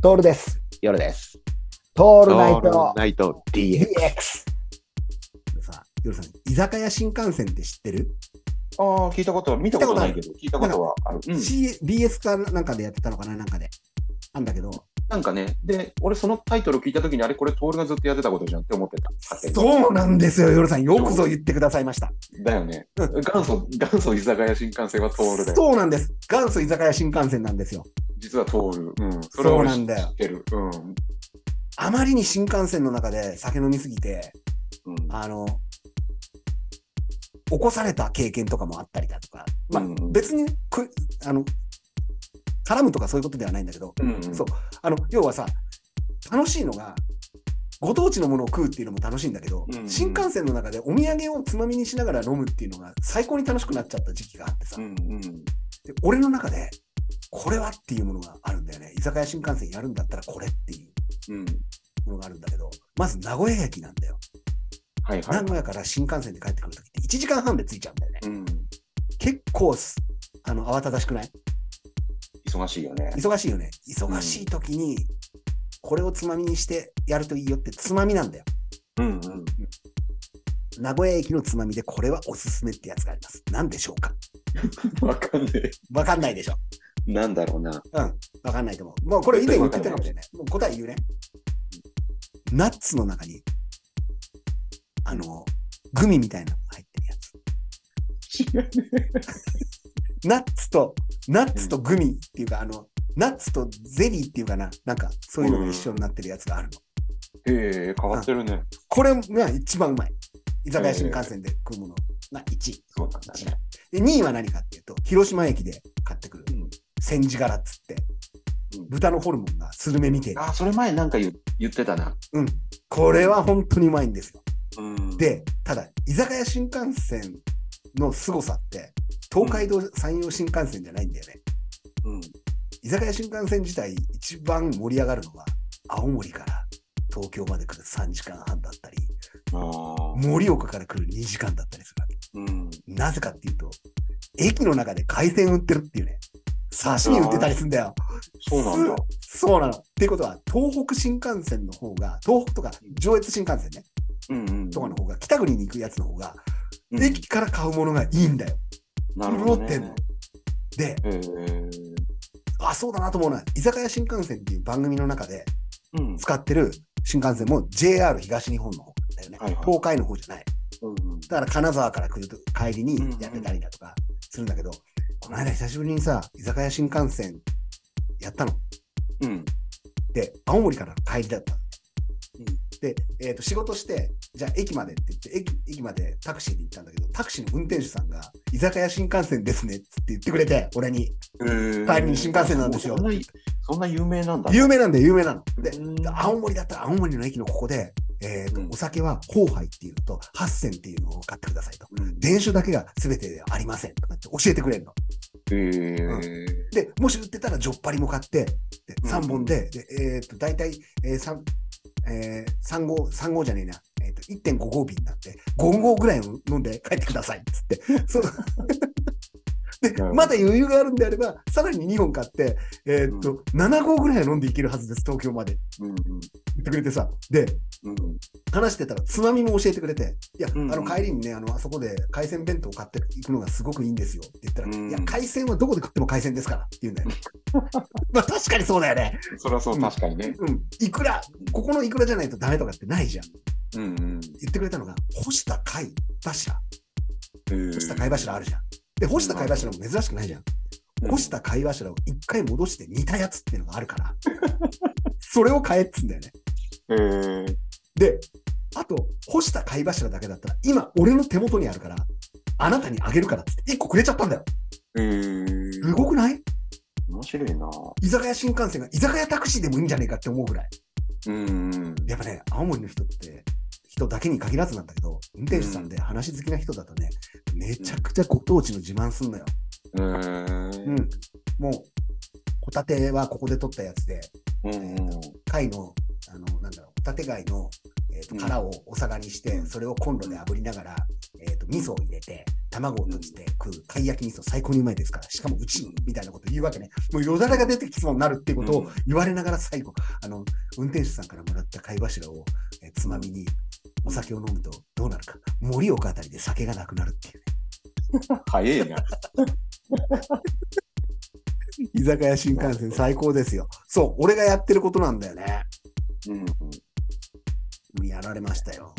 トールです。夜です。トオールナイトナイト DX。 DX。さ、夜さん、居酒屋新幹線って知ってる、ああ、聞いたことは、見たことないけど、聞いたことはある。うん。 C ?BS かなんかでやってたのかななんかで。なんだけど、なんかね、で、俺そのタイトル聞いたときに、あれこれトールがずっとやってたことじゃんって思ってた。勝手にそうなんですよ、夜さん。よくぞ言ってくださいました。だよ ね。元祖、元祖居酒屋新幹線はトールだよ。そうなんです。元祖居酒屋新幹線なんですよ。実はトール。うん。それそはう俺な知んっだよ。てる。うん。あまりに新幹線の中で酒飲みすぎて、うんあの、起こされた経験とかもあったりだとか、まあ、うんうん別にく、あの、絡むとかそういうことではないんだけど、うんうん。そうあの要はさ楽しいのがご当地のものを食うっていうのも楽しいんだけど、うんうん新幹線の中でお土産をつまみにしながら飲むっていうのが最高に楽しくなっちゃった時期があってさ、うんうん。で俺の中でこれはっていうものがあるんだよね居酒屋新幹線やるんだったらこれっていうん。うものがあるんだけどまず名古屋駅なんだよ、はいはい名。古屋から新幹線で帰ってくるときって1時間半で着いちゃうんだよねうん。結構すあの慌ただしくない忙しいよね。忙しいよね忙しい時にこれをつまみにしてやるといいよってつまみなんだようんうん。名古屋駅のつまみでこれはおすすめってやつがあります。何でしょうかわかんねえ。わかんないでしょ。なんだろう な。うん。わかんないと思う。もうこれ以前言ってたかもしれない。もう答え言うね。ナッツの中に、あの、グミみたいなのが入ってるやつ。ナッツと、ナッツとグミっていうか、あの、ナッツとゼリーっていうかな、なんかそういうのが一緒になってるやつがあるの。ええ、変わってるね。これが一番うまい。居酒屋新幹線で食うものが1位。そうなんだね。で、2位は何かっていうと、広島駅で買ってくる。うん千字柄っつって、うん豚のホルモンがスルメみてえなあ、それ前なんか言言ってたな。これは本当にうまいんですよ。うん、で、ただ、居酒屋新幹線の凄さって、東海道山陽新幹線じゃないんだよね。うん、居酒屋新幹線自体、一番盛り上がるのは、青森から東京まで来る3時間半だったり、ああ、盛岡から来る2時間だったりするわけ。うん、なぜかっていうと、駅の中で海鮮売ってるっていうね。刺身売ってたりすんだよ。そうなんだ。そうなの。っていうことは、東北新幹線の方が、東北とか上越新幹線ね、うんうん、とかの方が、北国に行くやつの方が、うん、駅から買うものがいいんだよ。なるほど、潤ってんねの。で、ええあ、そうだなと思うな。居酒屋新幹線っていう番組の中でうん、使ってる新幹線も JR 東日本の方だよね。はいはい東海の方じゃない。うんうん、だから金沢から来ると帰りにやってたりだとかするんだけど、この間久しぶりにさ、居酒屋新幹線やったの。うん、で、青森から帰りだったの。うんで、えー、と仕事して、じゃあ駅までって言って駅、駅までタクシーで行ったんだけど、タクシーの運転手さんが、居酒屋新幹線ですねっつって言ってくれて、俺に。ええ帰りに新幹線なんですよそんなそんな有名なんだ、有名なんだよ、有名なの。で、うん青森だったら青森の駅のここで、えーとうんお酒はホーハイっていうのと、ハッセンっていうのを買ってくださいと。うん、電酒だけが全てではありませんとかって教えてくれるの。ええで、もし売ってたら、ジョッパリも買って、でうん3本で、で、えっ、と、大体、えー、3、えー、3号、3号じゃねえな、えっ、と、1.5号瓶になって、5号ぐらいを飲んで帰ってください、つって。そう。でなるほ、どまだ余裕があるんであれば、さらに2本買って、えっ、と、7号ぐらいは飲んでいけるはずです、東京まで。うん言ってくれてさ。で、うん、うん、話してたら、つまみも教えてくれて、いや、うんあの帰りにね、あの、あそこで海鮮弁当を買っていくのがすごくいいんですよって言ったら、うんいや、海鮮はどこで食っても海鮮ですからって言うんだ よね。まあ確かにそうだよね。そりゃそう、うん確かにね。うん。いくら、ここのいくらじゃないとダメとかってないじゃん。うんうん、言ってくれたのが、干した貝柱。ええ干した貝柱あるじゃん。で、干した貝柱も珍しくないじゃん。干した貝柱を一回戻して煮たやつっていうのがあるから、 それを買えっつうんだよね。ええで、あと、干した貝柱だけだったら、今、俺の手元にあるから、あなたにあげるからっつって、1個くれちゃったんだよ。ええすごくない面白いな。居酒屋新幹線が、居酒屋タクシーでもいいんじゃねえかって思うぐらい。うんうん、やっぱね、青森の人って、人だけに限らずなんだけど、運転手さんで話好きな人だとね、めちゃくちゃご当地の自慢すんのよ。ええうん。もう、ホタテはここで取ったやつで、うんうん、貝の、あの、なんだろう、ホタテ貝の、えーとうん殻をお皿にして、うんそれをコンロで炙りながら、えーと、味噌を入れて、卵を閉じて食う、貝焼き味噌最高にうまいですから、しかもうちのみたいなこと言うわけね。もうよだれが出てきそうになるっていうことを言われながら最後、あの、運転手さんからもらった貝柱をえつまみにお酒を飲むとどうなるか。盛岡あたりで酒がなくなるっていうね。早いな。居酒屋新幹線最高ですよ。嗯そう、俺がやってることなんだよね。うん。やられましたよ。